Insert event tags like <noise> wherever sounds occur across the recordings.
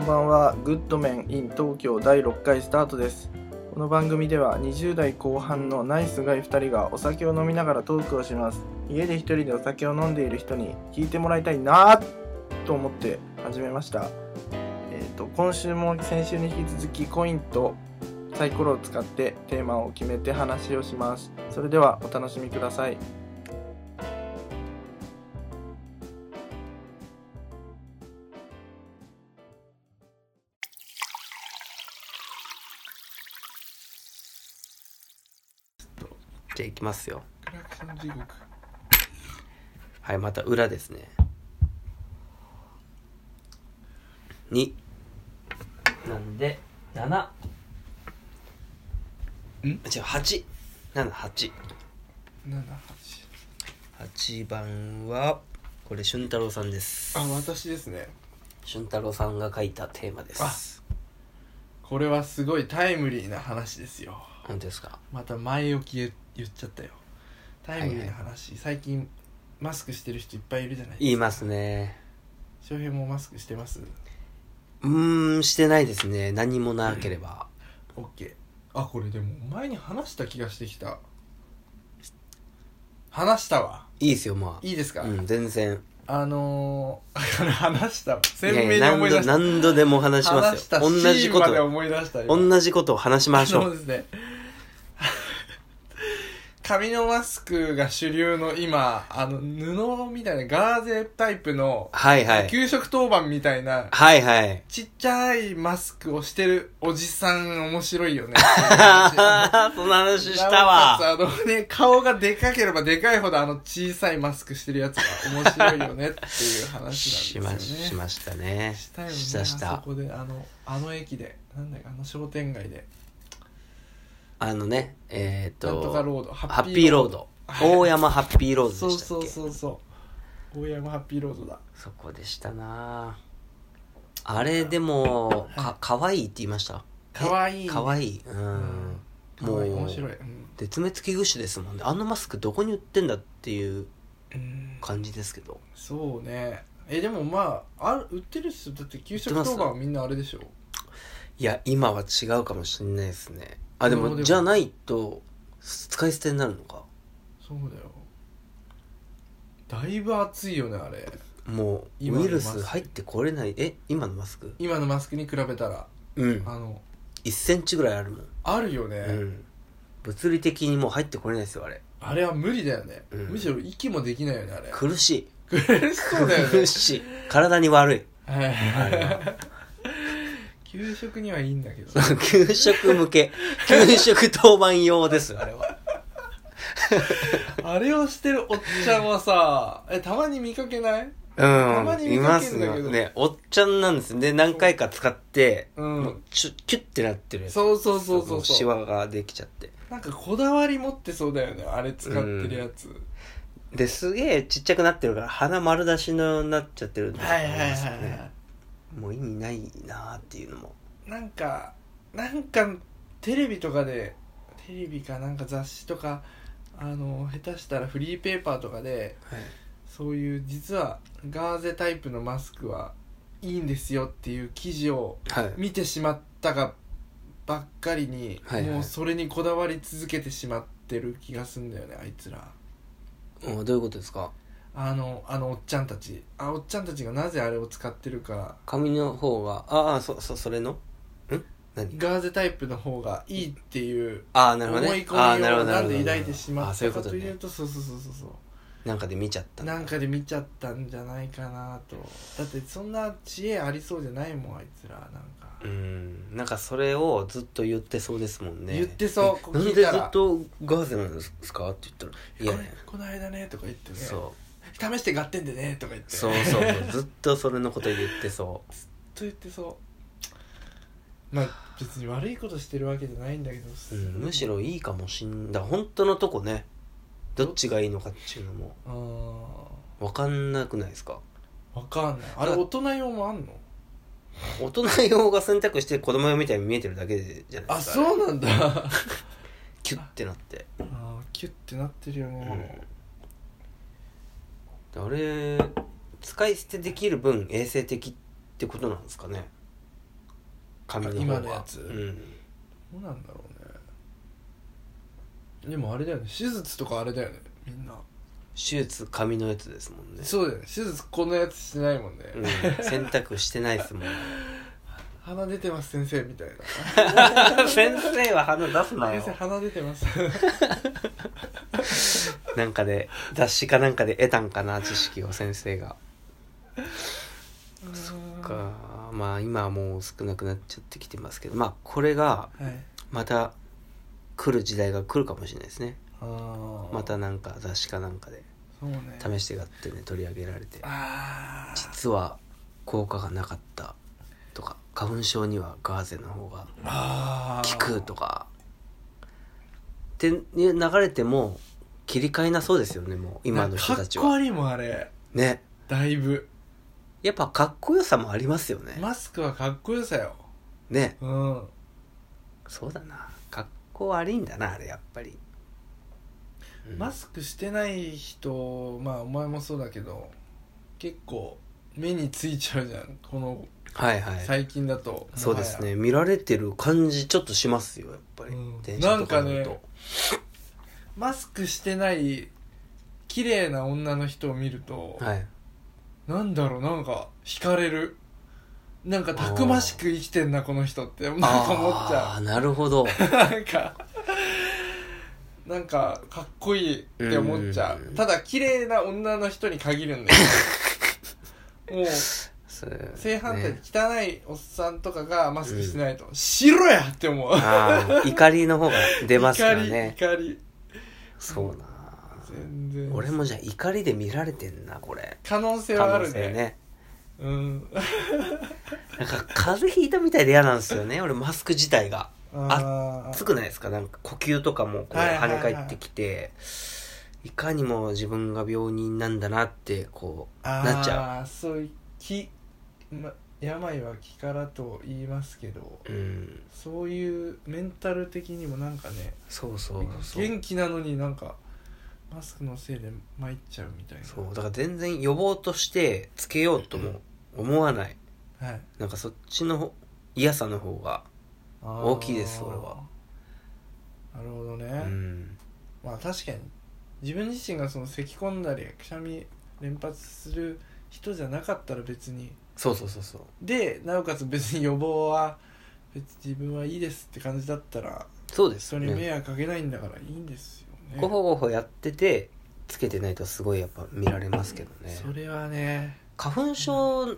グッドメン in 東京第6回スタートですこの番組では20代後半のナイスガイ2人がお酒を飲みながらトークをします家で一人でお酒を飲んでいる人に聞いてもらいたいなと思って始めましたえっ、と今週も先週に引き続きコインとサイコロを使ってテーマを決めて話をしますそれではお楽しみくださいじゃあ行きますよクラクション地獄はいまた裏ですね2なんで7ん違う8 7 8 7 8 8番はこれ俊太郎さんですあ私ですね俊太郎さんが書いたテーマですこれはすごいタイムリーな話ですよ本当ですかまた前置き言言っちゃったよタイムリーな話、最近マスクしてる人いっぱいいるじゃない言でいすかますね翔平もマスクしてますうーんしてないですね何もなければ OK あこれでも前に話した気がしてきた話したわいいですよまいいですあか、うん全然あのー、こ <laughs> れ話したわ鮮明いにや思い出した何度何度でも話しま話しすたよ同じこシーンまでと思い出したよ同じことを話しましょそううですね <laughs> 紙のマスクが主流の今あの布みたいなガーゼタイプのはいはい給食当番みたいなは <laughs> いはい。ちっちゃいマスクをしてるおじさん面白いよねそんな話したわ。なおかつあのね顔がでかければでかいほどあの小さいマスクしてるやつが面白いよねっていう話なんですしよねましましたね。したよねしたしあそた。こであのあの駅でなんだかあの商店街であのね、えっ、なんとかと、ロードハッピーロード。大山ハッピーロードでしたそっうけそうそうそう大山ハッピーロードだそこでしたなあれでも、か、かわいいって言いましたかわいいねかわいい。うん。かわいいもう面白いうん絶滅危惧種ですもんね。あのマスクどこに売ってんだっていううん感じですけど。そうねえでもまあある売ってる人だって給食当番はみんなあれでしょいや、今は違うかもしれないですね。あ、ででもでも、もじゃないと、使い捨てになるのか。そうだよだいぶ暑いよねあれもう今のウイルマススク入ってこれないえ今のマスク今のマスクに比べたらうんあの1センチぐらいあるもん、あるよね、うん物理的にもう入ってこれないですよあれあれは無理だよね、うんむしろ息もできないよねあれ苦しい苦しそうだよね苦しい体に悪いあれはいは <laughs> 給食にはいいんだけどそう給食向け給食当番用ですあれは <laughs> あれをしてるおっちゃんはさえたまに見かけないうんまにい見まかけすんだけどねねおっちゃんなんですで何回か使って、うんもうちゅキュッてなってるやつそうそうそうそうシそうワができちゃってなんかこだわり持ってそうだよねあれ使ってるやつ、ですげえちっちゃくなってるから鼻丸出しのなっちゃってるんだと思ますよねもう意味ないなーっていうのもいなんかなんかテレビとかでテレビかなんか雑誌とかあの下手したらフリーペーパーとかではいそういう実はガーゼタイプのマスクはいいんですよっていう記事をはい見てしまったがばっかりに、はいはいもうそれにこだわり続けてしまってる気がすんだよねあいつらうんどういうことですかあのあのおっちゃんたちあおっちゃんたちがなぜあれを使ってるか紙の方がああそそそれのん何ガーゼタイプの方がいいっていうああなる思ほどいねあ込あなるみほをどななるんほでど抱いてしまあっそういたうこかとといねうとそうそうそうそうそうなんかで見ちゃったなんかで見ちゃったんじゃないかなとだってそんな知恵ありそうじゃないもんあいつらなんか、うんなんかそれをずっと言ってそうですもんね言ってそうこうなん聞でいずたっらとガーゼなんですかって言ったらいやこれこの間ねとか言ってねそう試して買ってんでねとか言ってそうそうそうずっとそれのこと言ってそと言ってそうまあ別に悪いことしてるわけじゃないんだけど、う、うん、むしろいいかもしんだから本当のとこねどっちがいいのかっていうのもあ分かんなくないですかーわかんないあれだ大人用もあんの大人用が選択して子供用みたいに見えてるだけじゃないあですかれそうなんだ <laughs> あキュッてなってーキュッてなってるよね、あれ使い捨てできる分衛生的ってことなんですかね紙の方今はのやつうんどうなんだろうねでもあれだよね手術とかあれだよねみんな手術紙のやつですもんねそうだよね手術このやつしてないもんね、うん、洗濯してないですもん鼻出てます先生みたいな <laughs> 先生は鼻出すな先よ生鼻出てますなんかで雑誌かなんかで得たんかな知識を先生がそっはかまあ今はもう少なくなっちゃってきてますけどまあこれがいまた来る時代が来るかもしれないですねああまたなんか雑誌かなんかでそうね試してがあってね取り上げられてあー実は効果がなかったとか花粉症にはガーゼの方があー効くとかって流れても切り替えなそうですよねもう今の人たちかっこは悪いもんあれねだいぶやっぱかっこよさもありますよねマスクはかっこよさよねうんそうだなかっこ悪いんだなあれやっぱり、うんマスクしてない人まあお前もそうだけど結構目についちゃうじゃんこのはいはい最近だと、そうですもはやね見られてる感じちょっとしますよやっぱり、うん電車とか乗るとなんマスクしてない綺麗な女の人を見ると、はいなんだろうなんか惹かれるなんかたくましく生きてんなこの人ってなんか思っちあゃあーなるほどうなんかなんかかっこいいって思っちゃううんただ綺麗な女の人に限るんだよ <laughs> もう正正反対で汚いおっさんとかがマスクしてないと「しろや!」って思うああ怒りの方が出ますからね怒り怒りそうな全然俺もじゃあ怒りで見られてんなこれ可能性はあ可能るね性ねうんなんか風邪ひいたみたいで嫌なんですよね俺マスク自体があつくないですかなんか呼吸とかもこうはいはいはい跳ね返ってきて、いかにも自分が病人なんだなってこうあなっちゃあーそういう気、ま、病は気からと言いますけどううんそういうメンタル的にもなんかねそうそうそう元気なのになんかマスクのせいで参っちゃうみたいなそうだから全然予防としてつけようとも思わないはい、なんかそっちの嫌さの方があー大きいです俺はなるほどね、うんまあ確かに自分自身がその咳込んだりくしゃみ連発する人じゃなかったら別にそうそうそうそうでなおかつ別に予防は別に自分はいいですって感じだったらそうです人よにね迷惑かけないんだからいいんですよねごほごほやっててつけてないとすごいやっぱ見られますけどねそれはね花粉症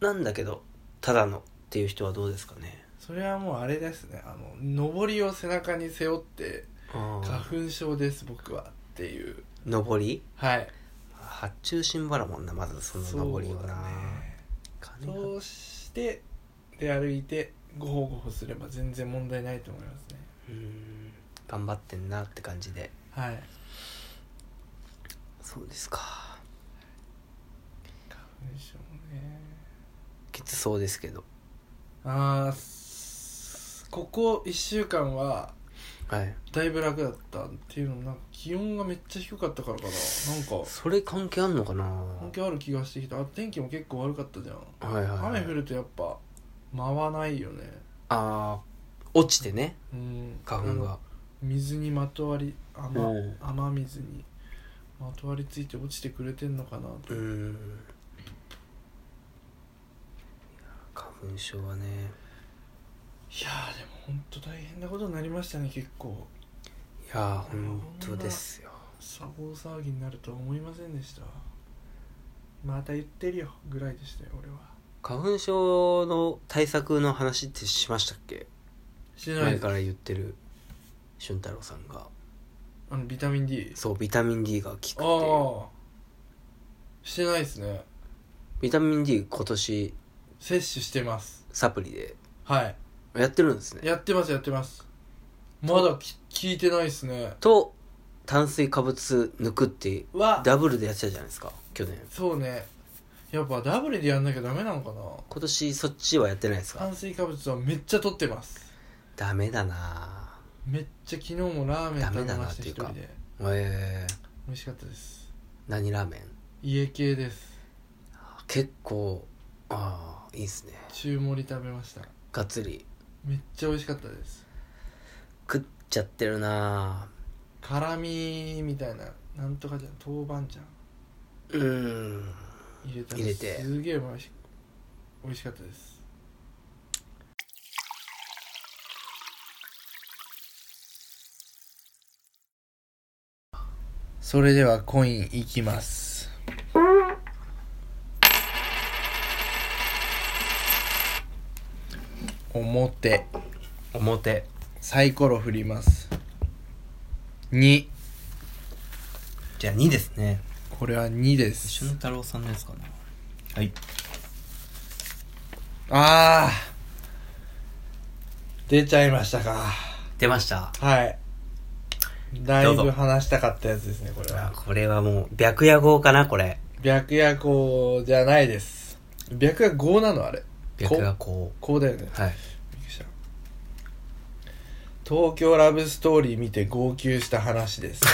なんだけどただのっていう人はどうですかねそれはもうあれですねあの上りを背中に背負って花粉症です僕はっていう上りはい発注シンバラもんなまずその上りはそうな、だね金がそうしてで歩いてごほごほすれば全然問題ないと思いますねうん頑張ってんなって感じではいそうですか花粉症ねきつそうですけどああすここ1週間ははいだいぶ楽だったっていうのもなんか気温がめっちゃ低かったからかななんかそれ関係あんのかな関係ある気がしてきたあ天気も結構悪かったじゃんはいはい雨降るとやっぱ回ないよねあー落ちてねうん花粉あのが水にまとわり雨,、うん雨水にまとわりついて落ちてくれてんのかなと、うん花粉症はねいやーでもほんと大変なことになりましたね結構いやー本当ですよさ大騒ぎになるとは思いませんでしたまた言ってるよぐらいでしたよ俺は花粉症の対策の話ってしましたっけしてない前ですから言ってる俊太郎さんがあのビタミン D そうビタミン D が効くっていうああしてないですねビタミン D 今年摂取してますサプリではやってるんですいねやってますやってますまだき聞いてないですねと炭水化物抜くってはダブルでやってたじゃないですか去年そうねやっぱダブルでやんなきゃダメなのかな今年そっちはやってないですか炭水化物はめっちゃ取ってますダメだなめっちゃ昨日もラーメン食べました一ダ人メだなっていでぁえ美味しかったですー、何ラーメン家系です結構ああいいっすね中盛り食べましたがっつりめっちゃ美味しかったです食っちゃってるな辛みみたいななんとかじゃん豆板醤うーん入れたら入れてすげえ美味し美味しかったですそれではコインいきます表表サイコロ振ります2じゃあ2ですねこれは2で一す緒の太郎さんのやつかなはいああ出ちゃいましたか出ましたはいだいどうぶぞ話したかったやつですねこれはこれはもう白夜行かなこれ白夜行じゃないです白夜行なのあれ白夜行こうだよねはいびっくりした東京ラブストーリー見て号泣した話です好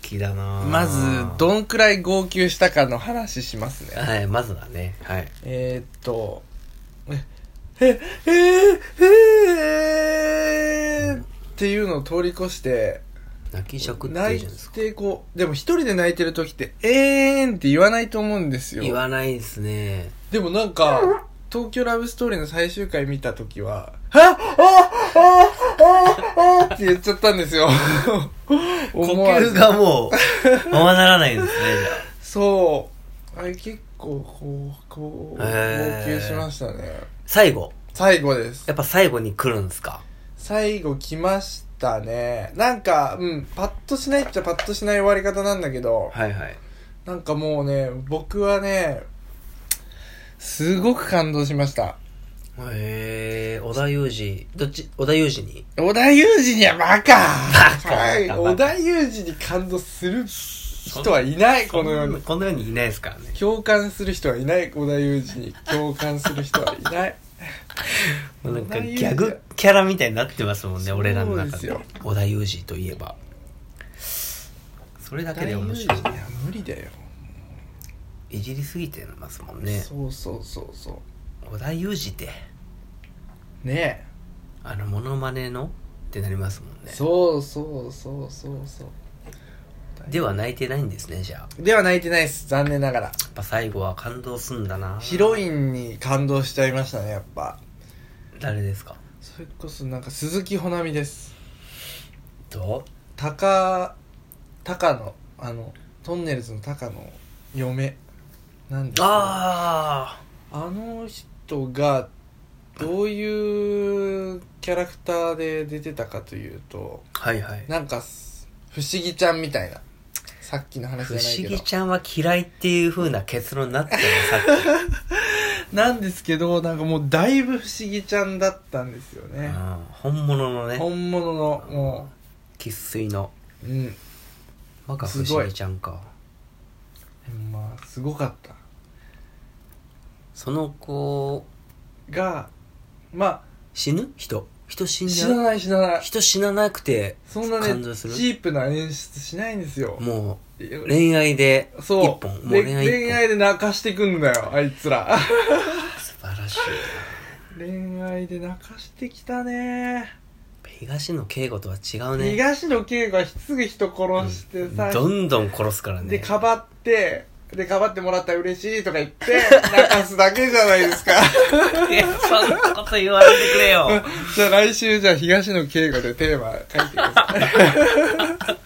きだなまずどんくらい号泣したかの話しますねはいまずはねはいえー、っと、え、え、えー、えー、っていうのを通り越して、泣きしゃくってい泣いいじゃないですかてこう、でも一人で泣いてる時って、えーんって言わないと思うんです言よ。わないですねでもなんか、東京ラブストーリーの最終回見た時は、はあああああって言っちゃったんですよ。 <laughs> 呼思わず吸がもうままならないですねそう。あれ結構、こう、こう、号へー泣しましたね。最後最後です。やっぱ最後に来るんですか最後来ましたねなんかうんパッとしないっちゃパッとしない終わり方なんだけどはいはいなんかもうね僕はねすごく感動しましたへえ織田裕二どっち織田裕二に織田裕二にはバカカはいバカ織田裕二に感動する人はいないこの世にこの世にいないですからね共感する人はいない織田裕二に共感する人はいないもうなんかギャグキャラみたいになってますもんねそう俺らので中すでよ織田裕二といえばそれだ織け田で面裕白い二には無理だよ、いじりすぎてますもんねそうそうそうそ織田裕二ってうねあのモノマネのってなりますもんえねそうそうそうそうそうでは泣いてないんですねじゃあやでは泣いてないです残念ながらっぱ最後は感動すんだなヒロインに感動しちゃいましたねやっぱ誰ですかそれこそなんか鈴木保奈美ですと高高のあのトンネルズの高の嫁なんですけどああの人がどういうキャラクターで出てたかというとあはいはいなんかす不思議ちゃんみたいなさっきの話じ不ゃないけ思ど議ちゃんは嫌いっていう風な結論になってるよさっきなんですけどなんかもうだいぶ不思議ちゃんだったんですようねん本物のね本物のも生粋のううんまかす不ごい思議ちゃんかまあすごかったその子がまあ死ぬ人人死んじ死ゃなうない死なない人死ななくてそんなね感動すチるープな演出しないんですよもいう恋愛でそう一本もうで恋愛一本恋愛で泣かしてくんだよあいつ <laughs> ら素晴らしい恋愛で泣かしてきたね東野圭吾とは違うね東野圭吾はすぐ人殺してさ、どんどん殺すからねでかばってでかばってもらったら嬉しいとか言って泣かすだけじゃない <laughs> ですかいやそんなこと言わないでくれよ <laughs> じゃあ来週じゃあ東野圭吾でテーマ書いてください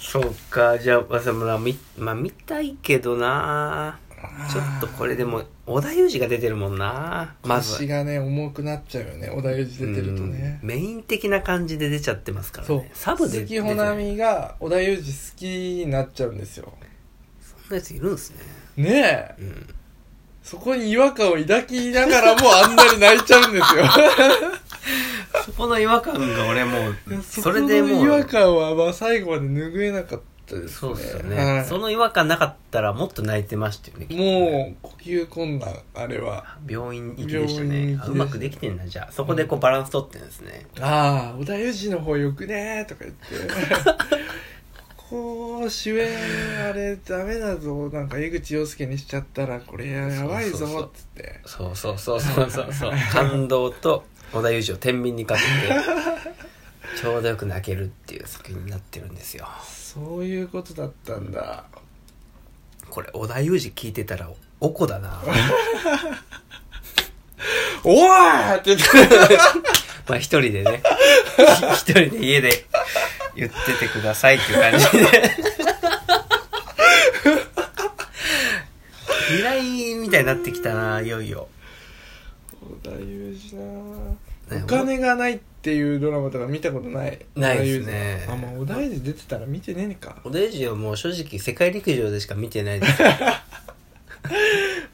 そうかじゃあまあまあ見まあ見たいけどな <laughs> ちょっとこれでも織田裕二が出てるもんなまず腰がね重くなっちゃうよね小田裕二出てるとねうんメイン的な感じで出ちゃってますからそうねサブで鈴出木て保ない奈美が織田裕二好きになっちゃうんですよそんなやついるんですねねえうんそこに違和感を抱きながらもあんなに泣いちゃうんですよそこの違和感が俺もいやう <laughs> それでそこもの違和う感はまあ最後まで拭えなかったですねそうですよね、はいその違和感なかったらもっと泣いてましたよねきっとねもう呼吸困難あれは病院行きでした病院行きでしねたあうまくできてんだじゃあそこでこうバランス取ってんですね、 <laughs> ああ織田裕二の方よくねーとか言ってこほう主演あれダメだぞなんか江口洋介にしちゃったらこれややばいぞそうそうそうっつってそうそうそうそうそうそう感動と織田裕二を天秤にかけてちょうどよく泣けるっていう作品になってるんですよそういうことだったんだこれ織田裕二聞いてたらおこだな「おーい!」って言ってまあ一人でね <laughs> 一人で家で言っててくださいっていう感じで依頼みたいになってきたないよいよ織田裕二なねお金がないっていうドラマとか見たことないないです織ね田裕二あまあ織田裕二出てたら見てねえのか織田裕二はもう正直世界陸上でしか見てないですよ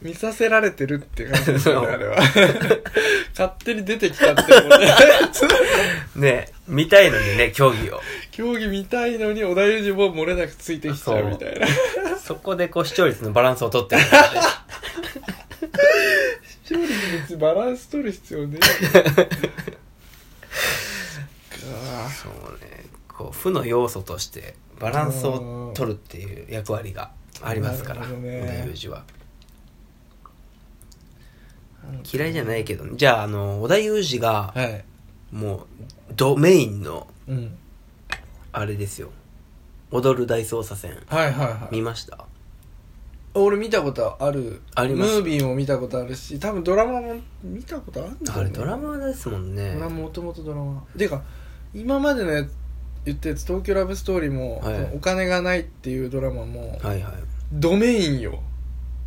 見させられてるって感じですよそうねあれは <laughs> 勝手に出てきたってもう <laughs> ねね見たいのにね競技を競技見たいのに織田裕二も漏れなくついてきちゃうみたいなそこでこう視聴率のバランスをとってるんですね視聴率別にバランス取る必要ねえそうねこう負の要素としてバランスを取るっていう役割がありますからなるほどね織田裕二は <laughs> 嫌いじゃないけど、じゃああの織田裕二がかはいもうドメインのうんあれですよ踊る大捜査線はいはいはい見ました俺見たことあるありますムービーも見たことあるし多分ドラマも見たことあるんだあよれねドラマですもんね俺はもともとドラマてか今までのやつ言ったやつ「東京ラブストーリーも」はいそのお金がないっていうドラマも、はいはいドメインよ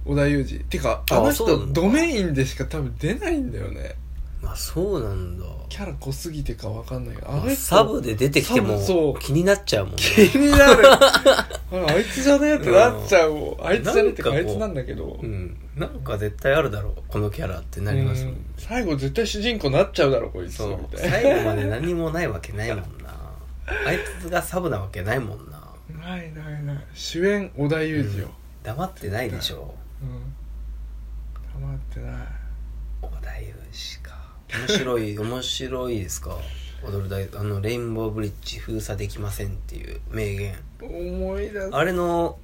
織田裕二てかあのそうな人んだドメインでしか多分出ないんだよねまあそうなんだキャラ濃すぎてか分かんないけどまああの人サブで出てきてもサブそう気になっちゃうもんね気になる <laughs> ああいつじゃねえってなっちゃうもんあいつじゃねえってかあなんかいこうつなんだけどうんなんか絶対あるだろうこのキャラってなりますもうんん最後絶対主人公になっちゃうだろこいつそうみたいな最後まで何もないわけないもんなあいつがサブなわけないもんなないないない主演織田裕二よ、黙ってないでしょうん黙ってない織田裕二か面白い面白いですか踊る大あのレインボーブリッジ封鎖できませんっていう名言思い出すあれの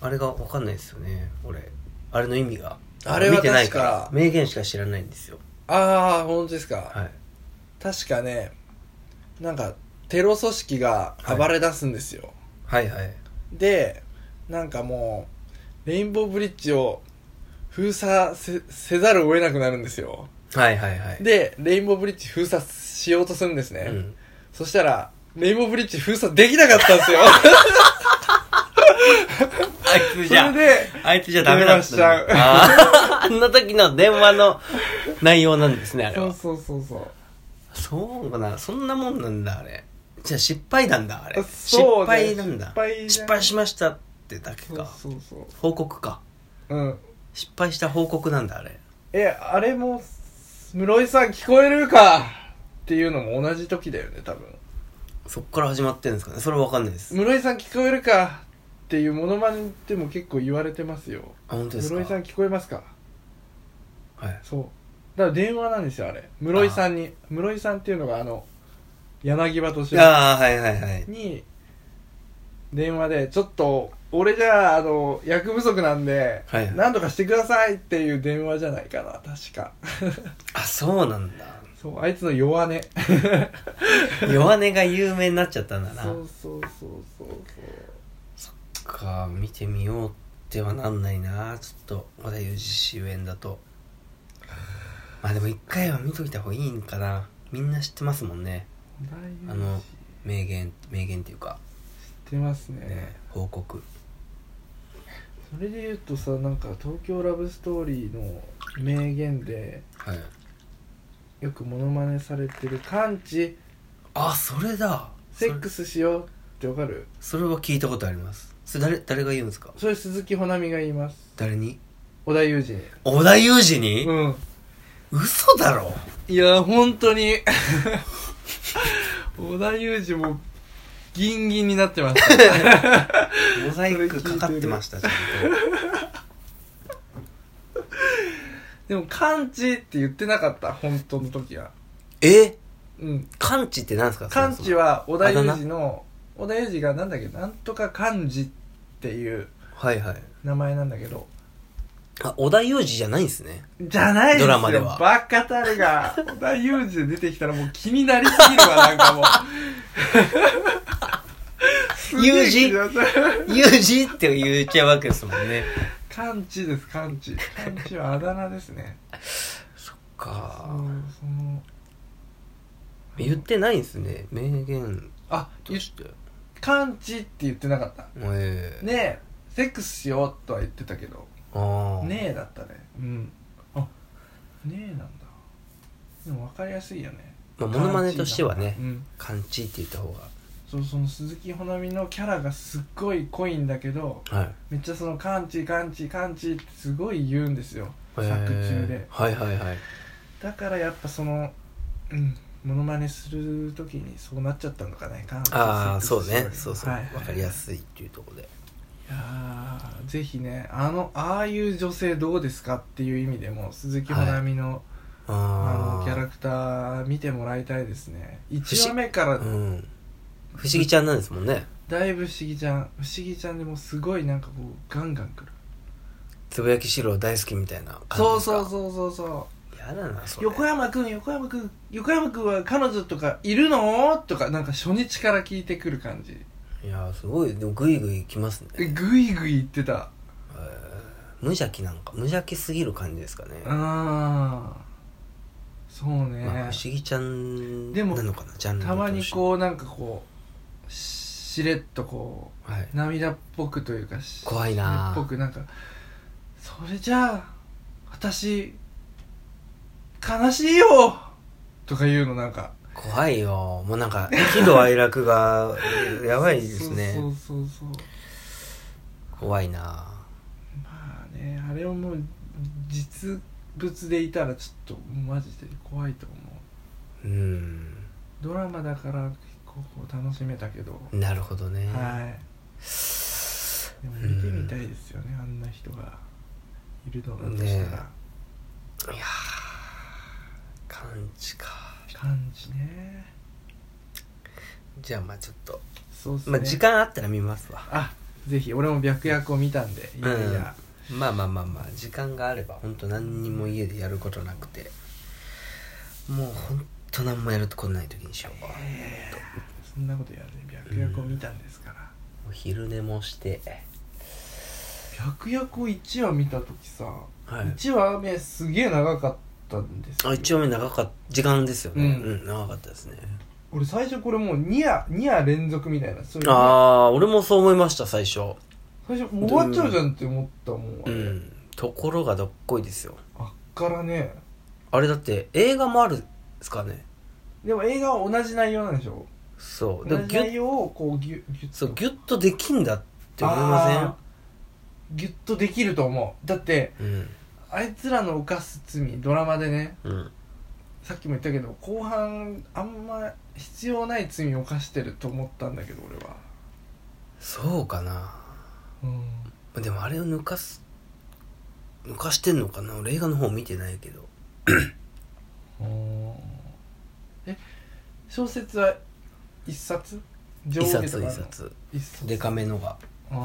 あれが分かんないですよね俺あれの意味があれは見てないから確か名言しか知らないんですよああ本当ですか、はい確かねなんかテロ組織が暴れ出すんですよ、はいはいでなんかもうレインボーブリッジを封鎖せせざるを得なくなるんですよはいはいはいでレインボーブリッジ封鎖しようとするんですね、うんそしたらレインボーブリッジ封鎖できなかったんですよ <laughs> あいつそじゃれであいつじゃダメだったん電だ話しち <laughs> あーあんな時の電話の内容なんですね、あれそうは。そうそうそうそうな、そんなもんなんだ、あれ。じゃあ失敗なんだ、あれ。失そうね敗なんだ。失敗じゃんしましたってだけそうか。そうそ報告か。ううん失敗した報告なんだ、あれ。えあれも室井さん聞こえるかっていうのも同じ時だよね多分そっから始まってるんですかね。それはわかんないです。室井さん聞こえるかっていうモノマネでも結構言われてますよあ、本当ですか。室井さん聞こえますかはい。そうだから電話なんですよあれ室井さんに室井さんっていうのがあの柳葉敏郎ああ、はいはいはい。に電話でちょっと俺じゃああの役不足なんで、はいはい何とかしてくださいっていう電話じゃないかな確かあ、そうなんだ。そうあいつの弱音弱音が有名になっちゃったんだな。そうそうそうそうか見てみようってはなんないなちょっとまだ裕二主演だとまあでも一回は見といた方がいいんかなみんな知ってますもんねそうああのの知っ名言名言っていうか、てますねね、報告それで言うとさなんか「東京ラブストーリー」の名言ではいよくモノマネされてる「完治あそれだそセれックスしよう」ってわかるそれは聞いたことありますそれ誰誰が言うんですかそれ鈴木保奈美が言います誰に織田裕二織田裕二に、うん嘘だろいや本当に <laughs> 織田裕二もギンギンにな <laughs> ってましたモザイクかかってましたちゃんでも「完治」って言ってなかった本当の時はとえうん完治って何ですか完治はは織田裕二の織田裕二がなんだっけなんとか漢字っていうはいはい名前なんだけどあ織田裕二じゃないんですねじゃないですよドラマではバカたるが織田裕二で出てきたらもう気になりすぎるわなん <laughs> かもうすげえ気になる裕二って言っちゃうわけですもんね漢字です漢字漢字はあだ名ですねそうかその言ってないんですね名言あとゆして漢字って言ってなかったええねえセックスしようとは言ってたけどああねえだったねうんあねえなんだでも分かりやすいよねまあモノマネとしてはねうん勘違いって言った方そうその鈴木保奈美のキャラがすっごい濃いんだけどがはいめっちゃその「カンチカンチカンチ」ってすごい言うんですよ作中でえーはいはいはいだからやっぱそのうんモノマネする時にそうなっちゃったのかねカンチああセッそクうスしよねそうそうはいわかりやすいっていうところでいやーぜひねあのああいう女性どうですかっていう意味でも鈴木保奈美の、ああのキャラクター見てもらいたいですね思1話目からうん不思議ちゃんなんですもんねだいぶ不思議ちゃん不思議ちゃんでもうすごいなんかこうガンガンくるつぶやき四郎大好きみたいな感じそでうすかそうそうそうそうやだなそれ横山くん横山くん横山くんは彼女とかいるのとかなんか初日から聞いてくる感じいやすごいでもグイグイきますねえぐいぐい言ってたえー無邪気なんか無邪気すぎる感じですかね、ああそうね、まあ、不思議ちゃんでもなのかなジャンルたまにこうなんかこうししれっとこう、はい、う涙っぽくというかし怖いなしれっぽくなんかそれじゃあ私悲しいよとか言うのなんか怖いよもうなんか喜怒哀楽がやばいですねそうそうそうそう怖いなまあねあれをもう実物でいたらちょっとマジで怖いと思ううんドラマだから結構こう楽しめたけど、なるほどね、はいでも見てみたいですよね、あんな人がいるのだとしたら、ね感じか感じねじゃあまあちょっと、そうっすね、まあ時間あったら見ますわあぜひ俺も白役を見たんでいやいや、まあまあまあまあ時間があれば本当何にも家でやることなくてもう本当何もやることない時にしようかそんなことやるね白役を見たんですから、お昼寝もして白役を1話見た時さ、はい一1話目すげえ長かったんですあ一応目長かった時間ですよねうんうん、長かったですね俺最初これもう2夜二夜連続みたいなそういうああ俺もそう思いました最初最初もう終わっちゃうじゃんって思ったもん、あうれんところがどっこいですよあっからねあれだって映画もあるんですかねでも映画は同じ内容なんでしょそうで同もじギュ内ッ容をこうギュギュッとそうギュッとできんだって思いまあーギュッとできると思うだってせんうんあいつらの犯す罪ドラマでねうんさっきも言ったけど後半あんま必要ない罪を犯してると思ったんだけど俺はそうかなうんでもあれを抜かす抜かしてんのかな俺映画の方見てないけどえ小説は一冊上一下とか冊あるの一冊一冊でかめのがああ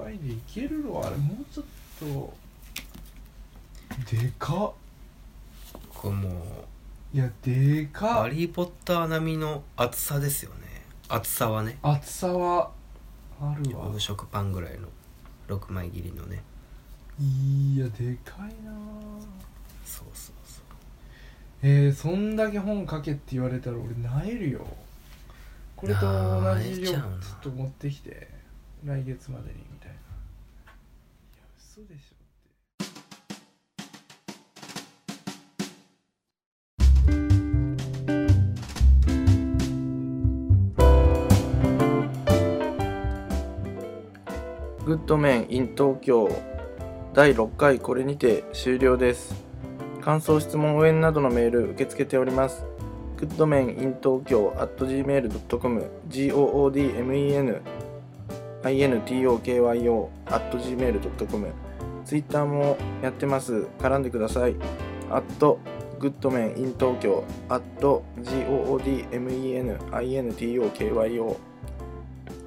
一回でいけるのあれもうちょっとでかっこれもいやでう「かハっリー・ポッター」並みの厚さですよね厚さはね厚さはあるわ洋食パンぐらいの6枚切りのねいやでかいなそうそうそうえー、そんだけ本書けって言われたら俺なえるよこれと同じ萎量えちちょゃうなっと持ってきて来月までにみたいないや嘘でしょってグッドメン in 東京第6回これにて終了です感想質問応援などのメール受け付けておりますグッドメン in 東京 at gmail.com goodmen intokyo at gmail.com ツイッターもやってます絡んでください at グッドメンイン東京 at goodmeninintokyo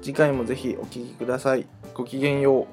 次回もぜひお聴きくださいごきげんよう